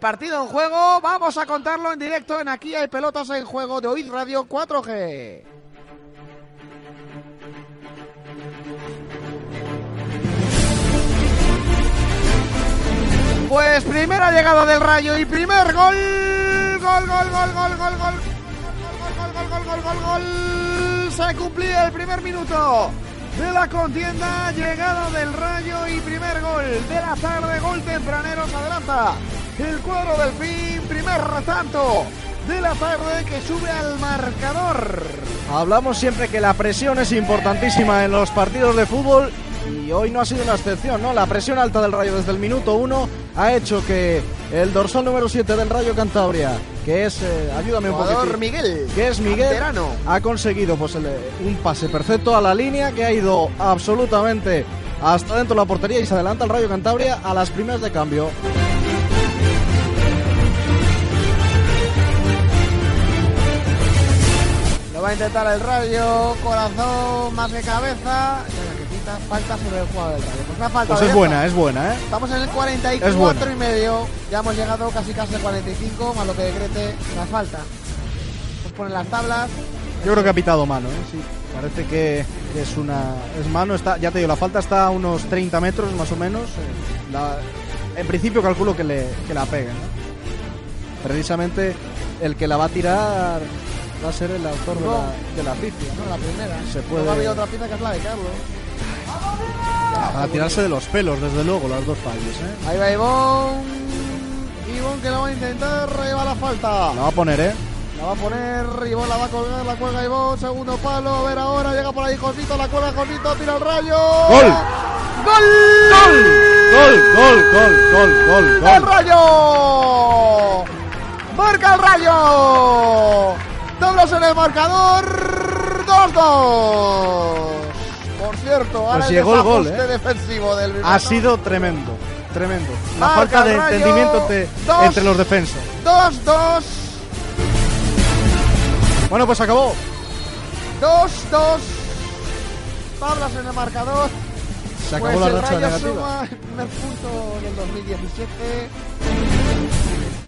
partido en juego, vamos a contarlo en directo en Aquí hay pelotas en juego de Oid Radio 4G. Pues primera llegada del Rayo y primer gol. Gol, gol, gol, gol, gol, gol. Gol, gol, gol, gol, gol, gol. Se cumplía el primer minuto de la contienda. Llegada del Rayo y primer gol de la tarde. Gol tempranero. Se adelanta el cuadro del fin. Primer tanto de la tarde que sube al marcador. Hablamos siempre que la presión es importantísima en los partidos de fútbol y hoy no ha sido una excepción, ¿no? La presión alta del Rayo desde el minuto 1 ha hecho que el dorsal número 7 del Rayo Cantabria, que es, eh, ayúdame un poquito, Miguel. que es Miguel, Canterano. ha conseguido pues, el, eh, un pase perfecto a la línea que ha ido absolutamente hasta dentro de la portería y se adelanta el Rayo Cantabria a las primeras de cambio. Lo va a intentar el Rayo. Corazón más de cabeza. Mira, que quita falta sobre el jugador del Rayo. Pues una falta Pues es directa. buena, es buena, ¿eh? Estamos en el Es 44 buena. y medio. Ya hemos llegado casi casi al 45, más lo que decrete la falta. Nos ponen las tablas. Yo creo que ha pitado mano, ¿eh? Sí. Parece que que es una. Es mano, está, ya te digo, la falta está a unos 30 metros más o menos. eh, la- en principio calculo que, le, que la peguen. ¿no? Precisamente el que la va a tirar va a ser el autor de la, de la pifia, No, ¿no? la primera. Se Luego puede- ha habido otra pinta que es la de Carlos. Ah, A tirarse de los pelos, desde luego, las dos fallas, ¿eh? Ahí va Ivón. Ivón que lo va a intentar. Ahí va la falta. La va a poner, ¿eh? La va a poner. Ivón la va a colgar. La cuelga Ivón. Segundo palo. A ver ahora. Llega por ahí Josito. La cuelga Josito. Tira el rayo. ¡Gol! ¡Gol! ¡Gol, gol, gol, gol, ¡El rayo! ¡Marca el rayo! Doblas en el marcador. 2-2. Por cierto, ahora Pues el llegó el gol, desajuste defensivo del Ha Bilbao. sido tremendo, tremendo. La Marca falta de el Rayo, entendimiento te- dos. entre los defensas. 2-2. Bueno, pues acabó. 2-2. Tablas en el marcador. Se acabó pues la el racha Rayo negativa. suma el primer punto del 2017.